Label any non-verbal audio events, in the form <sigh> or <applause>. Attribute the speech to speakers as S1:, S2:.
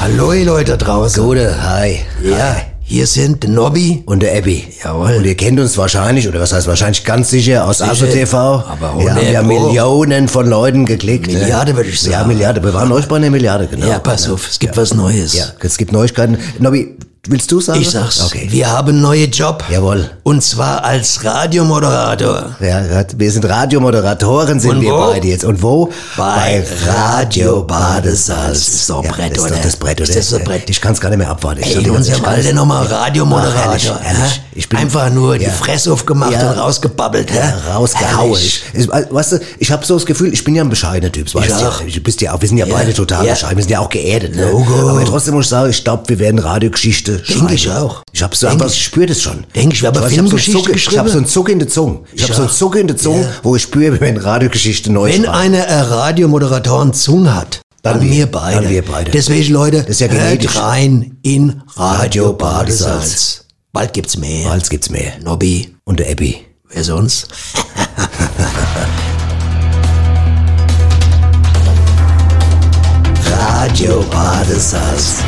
S1: Hallo ihr Leute draußen.
S2: Gute, hi.
S1: Ja, hier sind Nobby
S2: Und der Abby.
S1: Jawohl.
S2: Und ihr kennt uns wahrscheinlich, oder was heißt wahrscheinlich ganz sicher aus Asso TV.
S1: aber
S2: wir haben ja
S1: 100 Pro.
S2: Millionen von Leuten geklickt. ne?
S1: Milliarde, würde ich sagen.
S2: Ja, Milliarde. Wir waren euch bei einer Milliarde, genau.
S1: Ja, pass auf, es gibt was Neues.
S2: Ja, es gibt Neuigkeiten. Nobby, willst du sagen?
S1: Ich sag's.
S2: Okay.
S1: Wir haben einen neuen Job.
S2: Jawohl.
S1: Und zwar als Radiomoderator.
S2: Ja, wir sind Radiomoderatoren, sind
S1: Und
S2: wir
S1: wo?
S2: beide jetzt. Und wo?
S1: Bei Radio Badesalz.
S2: Das
S1: Ist doch Brett,
S2: das
S1: oder?
S2: Ist doch das Brett, oder?
S1: Ist das so Brett?
S2: Ich kann's gar nicht mehr abwarten. Ich
S1: Ey,
S2: sag dir
S1: in
S2: ganz
S1: unserem
S2: ehrlich,
S1: Alter nochmal Radiomoderator.
S2: Ja, herrlich, herrlich.
S1: hä?
S2: Ich bin-
S1: Einfach nur
S2: Ja.
S1: die Fresse aufgemacht
S2: Ja.
S1: und rausgebabbelt. hä?
S2: Äh, rausgehauen. Ich,
S1: Herrlich.
S2: ich, äh, weißt du, ich habe so das Gefühl, ich bin ja ein bescheidener Typ, weißt
S1: Ich auch.
S2: du. Ich bist ja, auch- wir sind ja,
S1: Ja.
S2: beide total
S1: Ja.
S2: bescheiden, wir sind ja auch geerdet. Ne?
S1: Logo.
S2: Aber trotzdem muss ich sagen, ich glaube, wir werden Radiogeschichte schreiben.
S1: ich auch.
S2: Ich habe so
S1: Denk
S2: einfach,
S1: ich.
S2: ich spüre das schon.
S1: Denk ich, wir haben
S2: Ich
S1: aber
S2: weiß, ich hab so einen
S1: Filmgeschichte
S2: Zuck- Ich habe so einen Zuck in der Zunge. Ich,
S1: Ich
S2: habe so einen
S1: auch.
S2: Zuck in der Zunge, wo ich spüre, wir werden Radiogeschichte neu
S1: Wenn
S2: schreiben.
S1: einer eine äh, Radiomoderatoren Zunge hat, dann,
S2: wir.
S1: wir beide.
S2: Dann wir beide.
S1: Deswegen, Leute,
S2: ist ja genetisch.
S1: hört rein in
S2: Radio
S1: Radio
S2: Badesalz.
S1: Badesalz. Bald gibt's mehr.
S2: Als gibt's mehr.
S1: Nobby,
S2: Und der Abby.
S1: wer sonst? <laughs> Radio Badesalz.